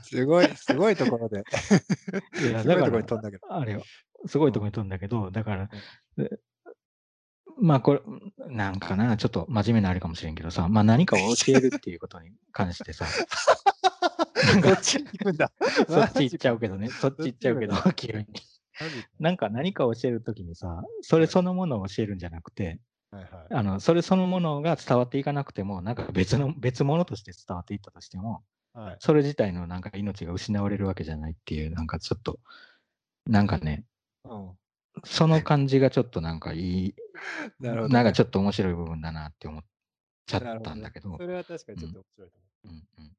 すごい、すごいところで。
い や、
すご
だ
いと
か
ころ
ら
に、飛んだけど。
あれよ、すごいとこに飛んだけど、だから、えまあこれ、なんかな、ちょっと真面目なあれかもしれんけどさ、まあ何かを教えるっていうことに関し てさ、
こっちに行くんだ。
そっち行っちゃうけどね、そっち行っちゃうけど
そっち、
急に。
マジ
なんか何かを教えるときにさ、それそのものを教えるんじゃなくて、
はいはい
あの、それそのものが伝わっていかなくても、なんか別の、別物として伝わっていったとしても、
はい
それ自体のなんか命が失われるわけじゃないっていう、なんかちょっと、なんかね、
うん
その感じがちょっとなんかいい、
なるほどね。
なんかちょっと面白い部分だなって思っちゃったんだけど、
なるほねそれは確かにちょっと面白いと思う。
うんうん